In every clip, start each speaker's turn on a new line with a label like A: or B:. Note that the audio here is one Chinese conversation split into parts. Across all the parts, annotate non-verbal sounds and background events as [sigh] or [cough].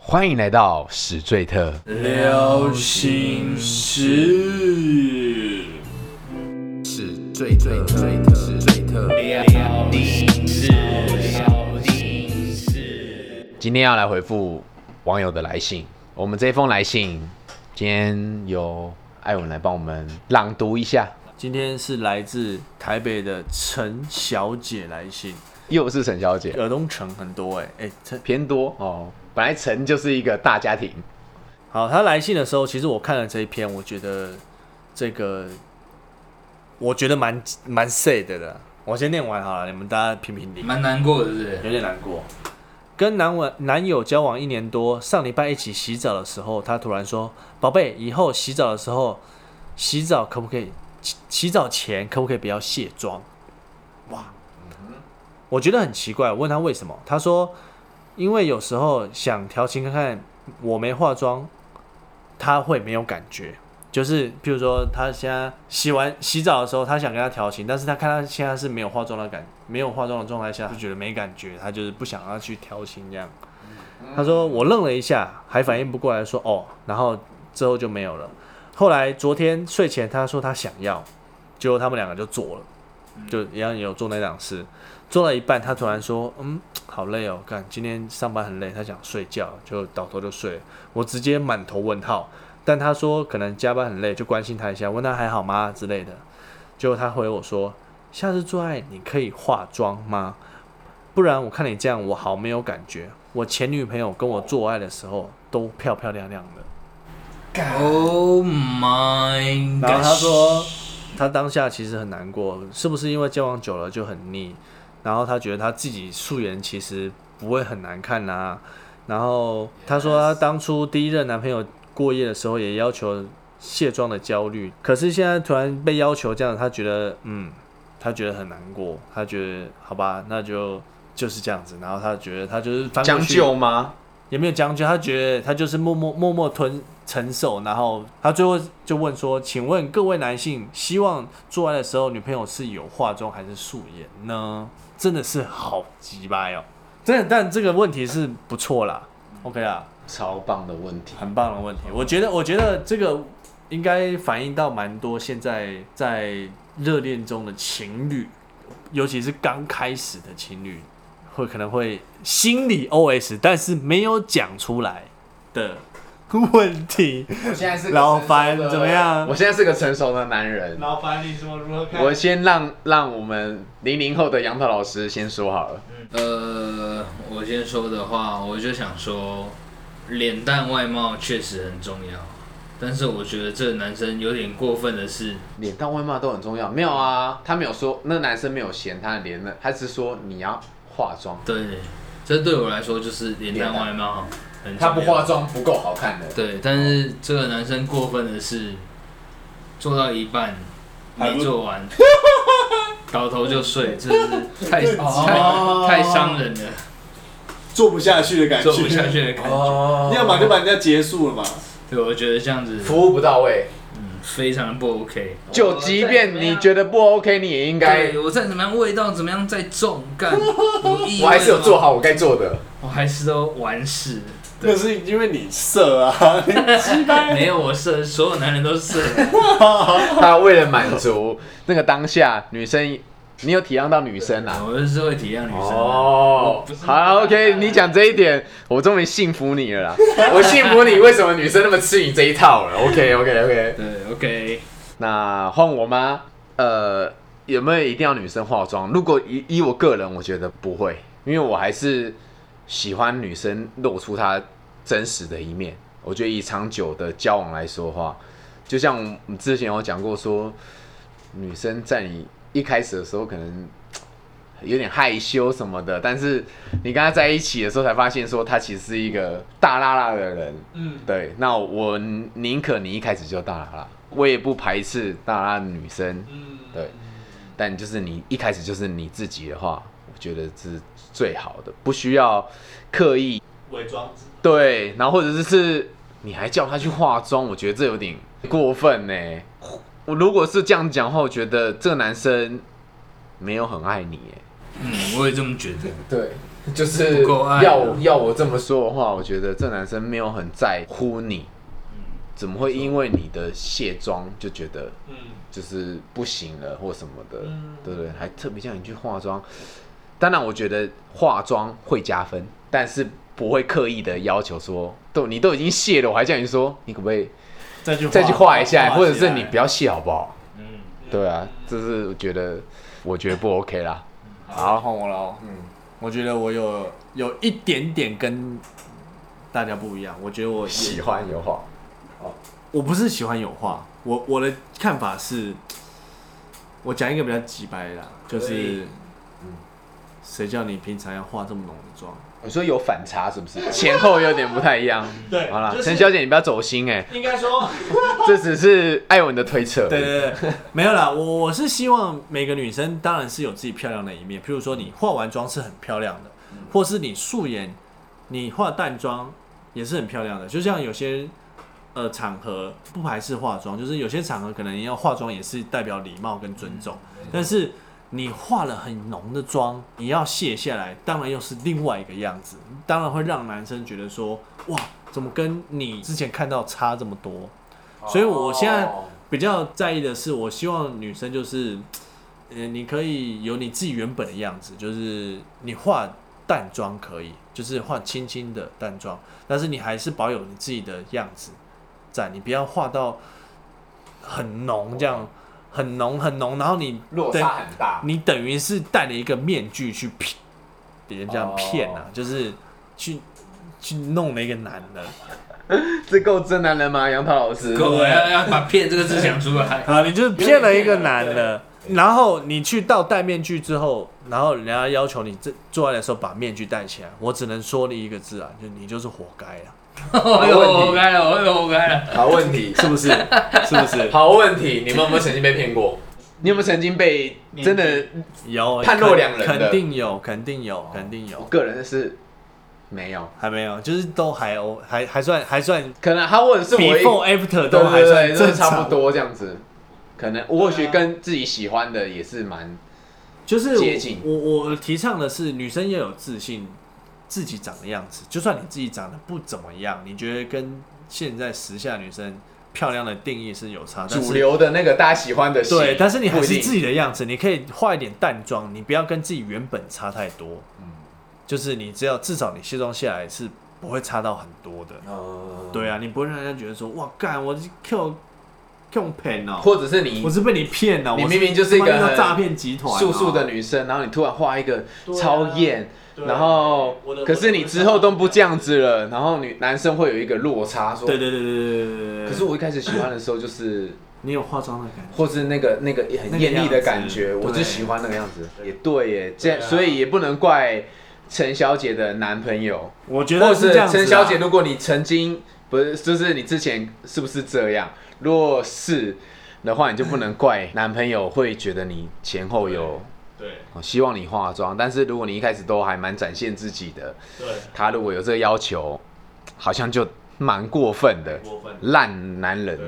A: 欢迎来到史最特。
B: 聊心事，
C: 是最最最特是最特
B: 聊心事，聊心事。
A: 今天要来回复网友的来信。我们这封来信，今天由艾文来帮我们朗读一下。
B: 今天是来自台北的陈小姐来信，
A: 又是陈小姐，
B: 尔东城很多哎、哎、陈
A: 偏多哦。本来陈就是一个大家庭，
B: 好，她来信的时候，其实我看了这一篇，我觉得这个我觉得蛮蛮 sad 的啦。我先念完好了，你们大家评评理。
D: 蛮难过的，是不是？
B: 有点难过。跟男网男友交往一年多，上礼拜一起洗澡的时候，他突然说：“宝贝，以后洗澡的时候，洗澡可不可以？洗洗澡前可不可以不要卸妆？”哇，我觉得很奇怪，我问他为什么，他说：“因为有时候想调情看看，我没化妆，他会没有感觉。”就是，譬如说，他现在洗完洗澡的时候，他想跟他调情，但是他看他现在是没有化妆的感，没有化妆的状态下，就觉得没感觉，他就是不想要去调情这样。他说我愣了一下，还反应不过来说哦，然后之后就没有了。后来昨天睡前他说他想要，结果他们两个就做了，就一样有做那档事，做了一半他突然说嗯好累哦，干今天上班很累，他想睡觉，就倒头就睡了。我直接满头问号。但他说可能加班很累，就关心他一下，问他还好吗之类的。结果他回我说：“下次做爱你可以化妆吗？不然我看你这样，我好没有感觉。我前女朋友跟我做爱的时候都漂漂亮亮的。”
D: Oh my！
B: 然后他说，他当下其实很难过，是不是因为交往久了就很腻？然后他觉得他自己素颜其实不会很难看啊。然后他说，他当初第一任男朋友过夜的时候也要求卸妆的焦虑，可是现在突然被要求这样，他觉得嗯，他觉得很难过，他觉得好吧，那就就是这样子。然后他觉得他就是翻过去
A: 将就吗？
B: 也没有将就，他觉得他就是默默默默吞承受，然后他最后就问说：“请问各位男性，希望做爱的时候女朋友是有化妆还是素颜呢？”真的是好鸡巴哦，真的，但这个问题是不错啦，OK 啦，
A: 超棒的问题。
B: 很棒的问题。我觉得，我觉得这个应该反映到蛮多现在在热恋中的情侣，尤其是刚开始的情侣，会可能会心理 OS，但是没有讲出来的问题。
A: 我现
B: [laughs]
A: 在是
B: 老樊怎么？样
A: 我？现在是个成熟的男人。
B: 老樊，你说如何看
A: 我先让让我们零零后的杨桃老师先说好了。
D: 呃，我先说的话，我就想说，脸蛋外貌确实很重要，但是我觉得这个男生有点过分的是，
A: 脸蛋外貌都很重要。没有啊，他没有说那男生没有嫌他的脸嫩，他只是说你要化妆，
D: 对，这对我来说就是脸
A: 脸
D: 蛋
A: 蛋
D: 外貌很重
A: 他
D: 要
A: 不化妆不够好看的。
D: 对，但是这个男生过分的是，做到一半没做
B: [laughs]
D: 完，倒头就睡，这是太
B: 哦
D: 太太伤人了，
E: 做不下去的感觉，
D: 做不下去的感觉。
A: 哦
E: 要么就把人家结束了嘛。
D: 对，我觉得这样子
A: 服务不到位，
D: 嗯非常的不 OK。
A: 就即便你觉得不 OK，你也应该
D: 对，我再怎么样味道怎么样再重干，
A: [laughs]
D: 有意义
A: 我还是有做
D: 吗，
A: 好我该做的。
D: 我还是都完事。
A: [laughs]
E: 那是因为你色啊，
A: 嗯
E: 你
D: 没有我射，所有男人都射。
A: [laughs] 他为了满足那个当下，女生你有体谅到女生啊？
D: 我就是会体谅女生的。
A: 哦，好，OK，你讲这一点，我终于信服你了啦！ [laughs] 我信服你，为什么女生那么吃你这一套了？OK，OK，OK。
D: 对，OK，
A: 那换我吗？呃，有没有一定要女生化妆？如果以以我个人，我觉得不会，因为我还是喜欢女生露出她真实的一面。我觉得以长久的交往来说的话，就像我们之前有讲过说，女生在你一开始的时候可能有点害羞什么的，但是你跟她在一起的时候才发现说她其实是一个大辣辣的人。
B: 嗯，
A: 对，那我宁可你一开始就大拉拉，我也不排斥大拉拉的女生，
B: 嗯
A: 对，但就是你一开始就是你自己的话，我觉得是最好的，不需要刻意
B: 伪装
A: 对，然后或者是是你还叫她去化妆，我觉得这有点过分呢。我如果是这样讲的话，我觉得这个男生没有很爱你耶，
D: 嗯，我也这么觉得。
A: 对，就是
D: 不够爱
A: 要
D: 啊
A: 要我这么说的话，我觉得这男生没有很在乎你，怎么会因为你的卸妆就觉得
E: 嗯，
A: 就是不行了或什么的，
E: 嗯
A: 对不对？还特别叫你去化妆。当然，我觉得化妆会加分，但是不会刻意的要求说，都你都已经卸了，我还叫你说你可不可以
B: 再去
A: 再去画一
D: 哦
A: 下，或者是你不
B: 要
A: 要卸好不好？
D: 嗯，
A: 对啊，这是我觉得我觉得不 OK 啦。
B: 好换我了哦。嗯，我觉得我有有一点点跟大家不一样，我觉得我也
A: 喜欢油画，
B: 我不是喜欢有话，我我的看法是，我讲一个比较直白的啦，就
D: 可以
B: 是，
A: 嗯
B: 谁叫你平常要化这么浓的妆？
A: 你说哦有反差是不是？ [laughs] 前后有点不太一样。
E: 对
A: 嗯好啦，
E: 就是
A: 陈小姐你不要走心哎、
E: 应该说，
A: 这只是艾文的推测。
B: 对对对，没有啦，我我是希望每个女生当然是有自己漂亮的一面，譬如说你化完妆是很漂亮的，或是你素颜，你化淡妆也是很漂亮的。就像有些呃场合不排斥化妆，就是有些场合可能要化妆也是代表礼貌跟尊重，但是你化了很浓的妆，你要卸下来，当然又是另外一个样子，当然会让男生觉得说哇，怎么跟你之前看到差这么多？
A: 哦
B: 所以我现在比较在意的是，我希望女生就是，呃，你可以有你自己原本的样子，就是你化淡妆可以，就是化轻轻的淡妆，但是你还是保有你自己的样子在，你不要化到很浓这样，很浓很浓，然后你
A: 落
B: 等
A: 差很大。
B: 你等于是戴了一个面具去骗别人，这样骗啊，就是去去弄了一个男的，
A: 这够真男人吗？杨桃老师，
D: 各位要要把“骗”这个字讲出
A: [laughs]
D: 来。
B: 啊，你就是骗了一个男的，然后你去到戴面具之后，然后人家要求你这做爱的时候把面具戴起来，我只能说你一个字啊，就你就是活该啊，
D: 哦呦，活该了，哦呦，活该了。
A: 好问题，
B: 是不是？是不是？
A: [laughs] 好问题，你们有没有曾经被骗过？你有没有曾经被真的？
B: [laughs] 有
A: 判若两人的
B: 肯肯定有，肯定有，肯定
A: 我
B: 有，
A: 个人是没有，
B: 还没有，就是都还 O，还还算还算
A: 可能他或者是我一
B: before after
A: 对
B: 都还
A: 对
B: 算
A: 对，都
B: 正
A: 差不
B: 常，
A: 多这样子。可能我或许跟自己喜欢的也是蛮
B: 就是
A: 接近
B: 我我我提倡的是女生要有自信，自己长的样子，就算你自己长得不怎么样，你觉得跟现在时下女生漂亮的定义是有差，但
A: 主
B: 是
A: 流的那个大家喜欢的型。
B: 对，但是你还
A: 不一
B: 是
A: 定
B: 自己的样子，你可以化一点淡妆，你不要跟自己原本差太多，
A: 嗯
B: 就是你只要至少你卸妆下来是不会差到很多的，
A: 哦
B: 对啊，你不会让人家觉得说哇干我是 Q Q 骗哦，
A: 或者是你
B: 我是被你骗了，
A: 你
B: 我
A: 明明就是一个
B: 他妈遇到
A: 很
B: 诈骗集团哦，
A: 素素的女生，然后你突然画一个
B: 对啊啊
A: 超艳，然后
B: 我的
A: 可是你之后都不这样子了，然后女男生会有一个落差，说，
B: 对对对对对对对对。
A: 可是我一开始喜欢的时候就是，
B: 你有化妆的感觉，
A: 或是那个那个很艳丽的感觉，
B: 那个样
A: 我
B: 子
A: 就
B: 对啊
A: 喜欢那个样子，也对耶，这样所以也不能怪陈小姐的男朋友，
B: 我觉
A: 或
B: 得
A: 是
B: 这样子啊。
A: 陈小姐，如果你曾经不是，就是你之前是不是这样？如果是的话，你就不能怪男朋友会觉得你前后有。
E: 对
A: 我希望你化妆，但是如果你一开始都还蛮展现自己的，
E: 对，
A: 他如果有这个要求，好像就蛮过分的，
E: 过分，
A: 烂男人。
E: 对，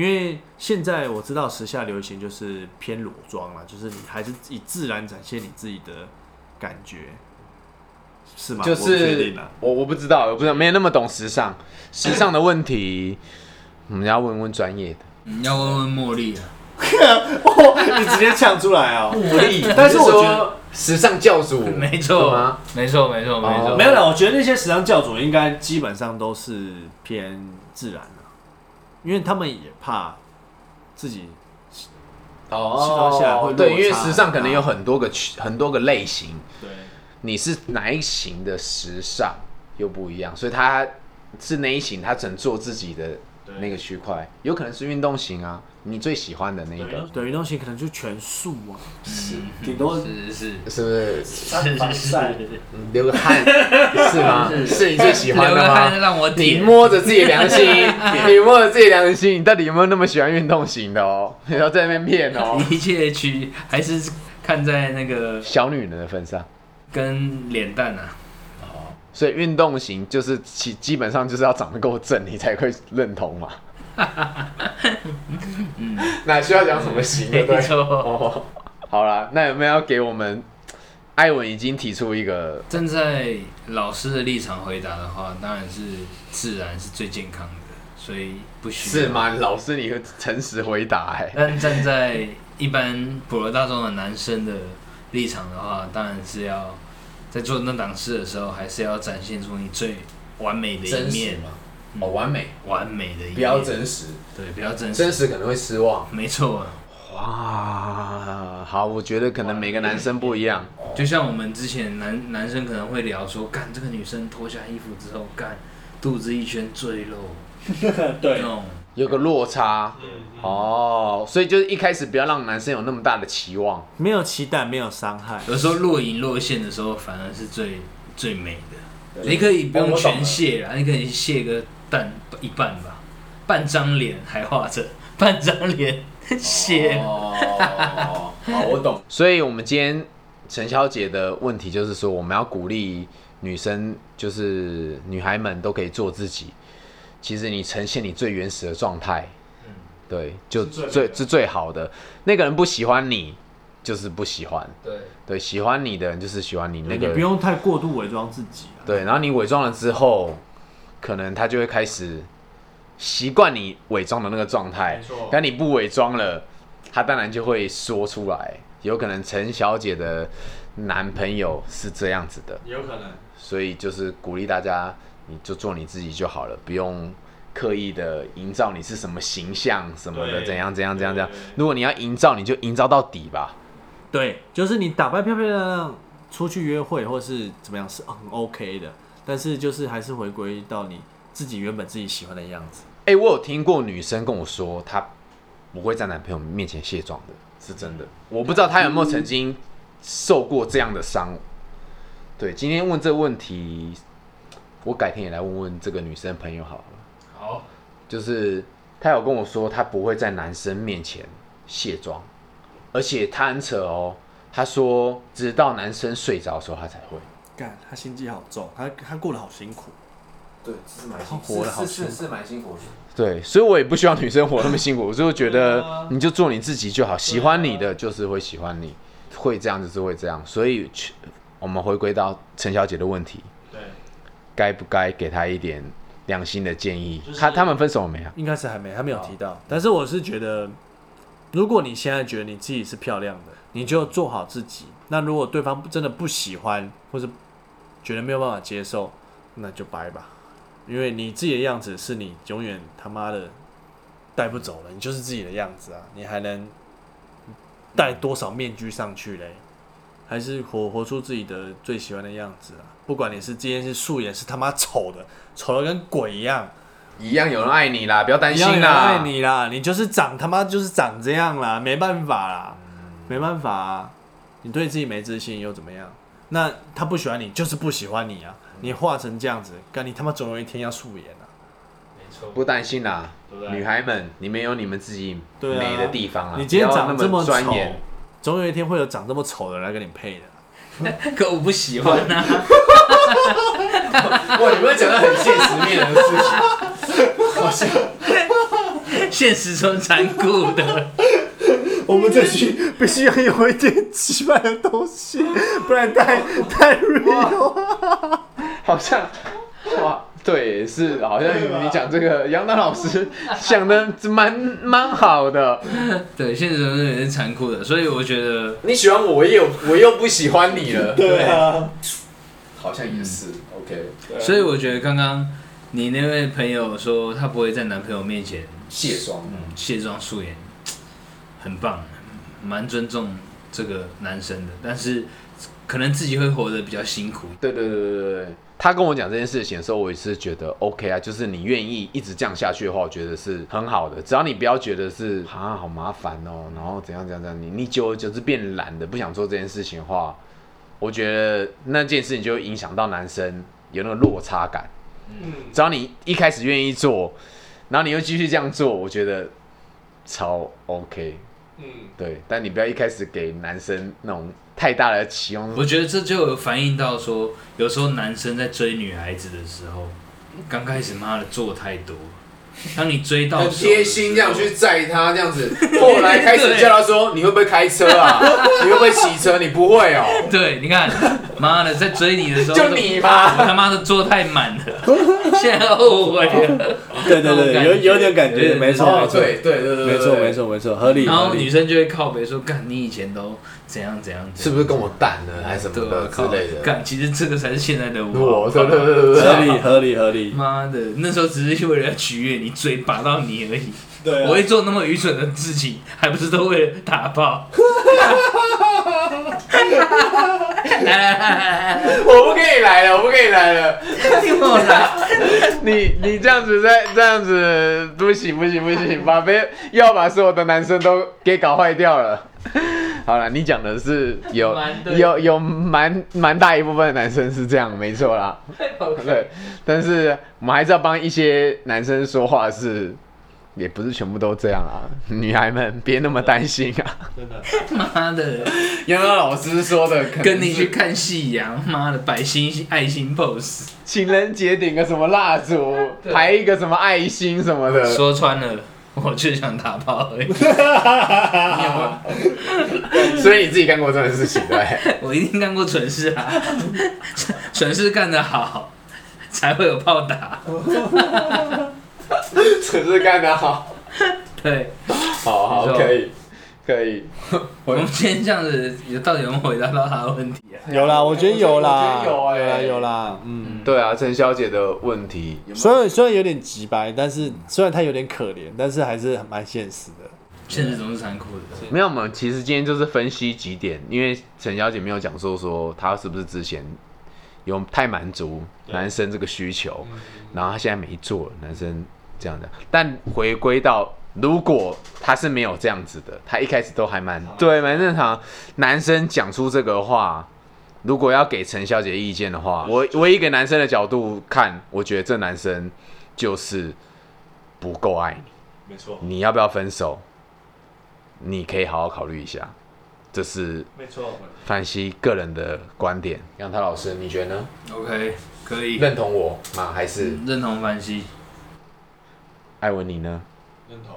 B: 因为现在我知道时下流行就是偏裸妆啦，就是你还是以自然展现你自己的感觉，是吗？
A: 就
B: 我不确
A: 是 [laughs]
B: 定啊。
A: 我我不知道，我不知道，没有那么懂时尚，时尚的问题，我们要问问专业的。
D: 你嗯要问问茉莉啊，
E: 哦，你直接呛出来哦，
A: 不利，
B: 但是我觉得
A: 时尚教主
D: 没
A: 是
D: 错
A: 吗？，
D: 没错，没错，没
A: 哦
D: 错。
B: 没有啦，我觉得那些时尚教主应该基本上都是偏自然的、因为他们也怕自己西装下来
A: 哦
B: 会落，
A: 对，因为
B: 差嗯
A: 时尚可能有很多个区，很多个类型，
E: 对，
A: 你是哪一型的时尚又不一样，所以他是那一型，他只能做自己的那个区块，有可能是运动型啊，你最喜欢的那个，
B: 对运动型可能就全素啊，
E: 顶多
D: 嗯是是
A: 是不是
E: 三防晒，
A: 嗯流个汗是
D: [laughs]
A: 吗？是你最喜欢
D: 流
A: 的
D: 个汗
A: 吗？
D: 让我
A: 你
D: 点，
A: 摸着自己良
D: [laughs]
A: 心，你摸着自己良心，你到底有没有那么喜欢运动型的哦？你要在那边骗哦，
D: 一切取还是看在那个
A: 小女人的份上。
D: 跟脸蛋啊。
A: 所以运动型就是基基本上就是要长得够正，你才会认同
D: [laughs]
A: 嘛。 [laughs] 哪需要讲什么型，对不对
D: 嗯没？错
A: 哦，好啦，那有没有要给我们艾文已经提出一个
D: 站在老师的立场回答的话，当然是自然是最健康的，所以不需要
A: 是？吗？老师，你会诚实回答、哎，
D: 但站在一般普罗大众的男生的立场的话，当然是要在做那档事的时候，还是要展现出你最完美的一面，
A: 嘛，哦，完美，
D: 完美的一面，
A: 不要真实，
D: 对，不要真
A: 真实可能会失望。
D: 没错，
A: 哇，好，我觉得可能每个男生不一样，
D: 就像我们之前男男生可能会聊说，干这个女生脱下衣服之后，干肚子一圈赘 [laughs] 肉，那
E: 对，
D: 种
A: 有个落差。哦，所以就是一开始不要让男生有那么大的期望。
B: 没有期待，没有伤害。
D: 有时候若隐若现的时候，反而是最最美的。你可以不用全卸啦，你可以卸个蛋一半吧，半张脸还画着，半张脸 [laughs] 卸。
E: 哦，好，我懂。
A: 所以我们今天陈小姐的问题就是说，我们要鼓励女生，就是女孩们都可以做自己。其实你呈现你最原始的状态，对，就是
E: 嗯最美的
A: 最是最好的。那个人不喜欢你，就是不喜欢。
D: 对，
A: 对，喜欢你的人就是喜欢你那
B: 你
A: 个
B: 不用太过度伪装自己啊。
A: 对，然后你伪装了之后，可能他就会开始习惯你伪装的那个状态
E: 没错。
A: 但你不伪装了，他当然就会说出来。有可能陈小姐的男朋友是这样子的，
E: 有可能，
A: 所以就是鼓励大家，你就做你自己就好了，不用刻意的营造你是什么形象什么的，
E: 对
A: 怎样怎样怎样怎样
E: 对对对。
A: 如果你要营造，你就营造到底吧。
B: 对，就是你打扮漂漂亮亮出去约会或是怎么样是很 OK 的，但是就是还是回归到你自己原本自己喜欢的样子。
A: 哎、我有听过女生跟我说，她不会在男朋友面前卸妆的，是真的。我不知道她有没有曾经受过这样的伤。对，今天问这个问题，我改天也来问问这个女生朋友好了。
D: 好，
A: 就是她有跟我说，她不会在男生面前卸妆，而且她很扯哦，她说直到男生睡着的时候，她才会。
B: 干，他心机好重，他他过得好辛苦。
A: 对，是蛮
B: 辛苦活得好辛苦
A: 是蛮辛苦的。对，所以我也不希望女生活那么辛苦，我就觉
B: 啊
A: 得你就做你自己就好，喜欢你的就是会喜欢你，
B: 啊
A: 会这样就是会这样。所以去我们回归到陈小姐的问题，
E: 对，
A: 该不该给她一点良心的建议？
E: 就是
A: 她他们分手了没啊？
B: 应该是还没，还没有提到。但是我是觉得，如果你现在觉得你自己是漂亮的，你就做好自己。那如果对方真的不喜欢，或者觉得没有办法接受，那就掰吧。因为你自己的样子是你永远他妈的带不走的，你就是自己的样子啊，你还能戴多少面具上去嘞？还是活活出自己的最喜欢的样子啊！不管你是今天是素颜，是他妈丑的，丑的跟鬼一样，
A: 一样有人爱你啦，不要担
B: 一样有
A: 心
B: 人爱
A: 啦。
B: 你啦，你就是长他妈就是长这样啦，没办法啦，没办法啊，你对自己没自信又怎么样？那他不喜欢你就是不喜欢你啊，你画成这样子，干你他妈总有一天要素颜啊。
D: 没错。
A: 不担心啦
E: 对不，对
A: 女孩们，你们有你们自己
B: 对啊
A: 美的地方啦。
B: 你今天
A: 不要
B: 长这
A: 那么
B: 丑
A: 钻研，，
B: 总有一天会有长这么丑的人来跟你配的。
D: 可我不喜欢啊，
A: [laughs] 哇，你们讲的很现实面的事情。
D: 现实中残酷的。
E: 我们这句
B: 必须要有一点奇怪的东西， [laughs] 不然太太 real。
A: 好像哇，对，是好像
E: 对吧
A: 你讲这个杨丹老师想的蛮蛮好的。
D: 对，现实中也是残酷的，所以我觉得
A: 你喜欢我，我也有我又不喜欢你了，
E: 对啊，
A: 好像也是 OK。
D: 所以我觉得刚刚你那位朋友说她不会在男朋友面前
A: 卸妆，
D: 嗯卸妆素颜，很棒，蛮尊重这个男生的，但是可能自己会活得比较辛苦。
A: 对对对对对对。他跟我讲这件事情的时候，我也是觉得 OK 啊，就是你愿意一直这样下去的话，我觉得是很好的。只要你不要觉得是啊好麻烦哦，然后怎样怎样怎样，你你久而久之变懒的，不想做这件事情的话，我觉得那件事情就会影响到男生有那个落差感。
E: 嗯，
A: 只要你一开始愿意做，然后你又继续这样做，我觉得超 OK。
E: 嗯，
A: 对，但你不要一开始给男生那种太大的期望。
D: 我觉得这就有反映到说，有时候男生在追女孩子的时候，刚开始妈的做太多，当你追到
A: 很
D: 手
A: 贴心哦这样去载他这样子，后来开始叫他说你会不会开车啊？你会不会骑车？你不会哦，
D: [laughs] 对，你看，妈的，在追你的时候，
A: 就你
D: 我
A: 嘛。
D: 他妈的做太满了，现在后悔了。
B: 对对
D: 那种
B: 对，
D: 感觉
B: 有有点感
D: 对
B: 觉，
D: 对
B: 没错
A: 哦
B: 没，错，
A: 对对对对，
B: 没错没，错没错，合理
D: 然
B: 合
D: 后女
B: 理。
D: 生就会靠北说：“干，你以前都怎样怎样，
A: 是不
D: 是？
A: 是跟我淡了还是什么
D: 对啊
A: 的之
D: 靠
A: 类的？
D: 干，其实这个才是现在的
A: 我
D: 我。
A: 对对对对
B: 合
A: 对，
B: 理合理合理，
D: 妈的，那时候只是为了取悦你，嘴把到你而已。
E: 对
D: [laughs]
E: 啊
D: 我会做那么愚蠢的事情，还不是都为了打炮？
A: 我不可以来了，我不可以来了。
D: 又来，
A: [laughs] 你你这样子在这样子不行不行不行，把别要把所有的男生都给搞坏掉了。好了，你讲的是有
D: 蛮对
A: 有有蛮蛮大一部分的男生是这样，没错啦。 [laughs] 对，但是我们还是要帮一些男生说话是，也不是全部都这样啊。 [laughs] 女孩们别那么担心啊。
E: 真的，
D: [laughs] 妈的，
A: 杨洋老师说的，
D: 跟你
A: [laughs]
D: 去看夕阳，妈的，摆心爱心 pose，
A: 情人节点个什么蜡烛，
D: 对
A: 排一个什么爱心什么的。
D: 说穿了，我就想打炮 [laughs] 而已。
A: 所以你自己干过这种事情对？
D: 我一定干过蠢事啊，蠢事干得好，才会有炮打。
A: [laughs] 只是干得好，
D: 对，
A: 好好
D: 没错
A: 可以可以。
D: 我们今天这样子，有到底有没有回答到他的问题啊？
B: 有啦，我觉得有啦，
A: 我觉得有欸
B: 啦有啦，嗯。
A: 对啊，陈小姐的问题，
B: 虽然虽然有点直白，但是虽然他有点可怜，但是还是蛮现实的。
D: 现实总是残酷的，
A: 没有，我们其实今天就是分析几点，因为陈小姐没有讲说说她是不是之前有太满足男生这个需求，然后她现在没做，男生这样的。但回归到如果她是没有这样子的，她一开始都还蛮对蛮正常。男生讲出这个话，如果要给陈小姐意见的话，我我以一个男生的角度看，我觉得这男生就是不够爱你。
E: 没错，
A: 你要不要分手？你可以好好考虑一下。这是
E: 没错，
A: 范西个人的观点。杨涛老师，你觉得呢？
D: OK，可以
A: 认同我吗？还是
D: 认同凡西。
A: 艾文你呢？
E: 认同，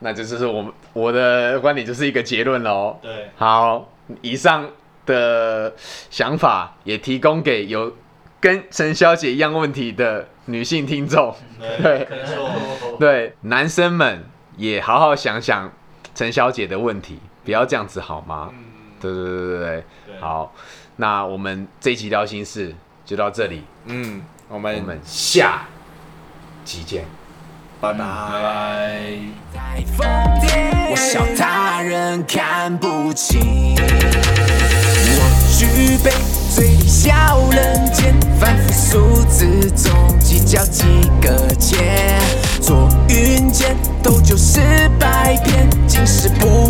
A: 那这就是我们我的观点，就是一个结论喽。
E: 对，
A: 好，以上的想法也提供给有跟陈小姐一样问题的女性听众。对
E: 没错，
A: 对，男生们也好好想想陈小姐的问题，不要这样子好吗？
E: 嗯，
A: 对对对对对。
E: 对，
A: 好，那我们这一集聊心事就到这里，
B: 嗯，我
A: 我
B: 们
A: 们下集见。
B: 拜
D: 拜拜。
F: 我笑他人看不清。我举杯醉里笑人间，反复数字中计较几个钱。坐云间，斗酒诗百篇，今世不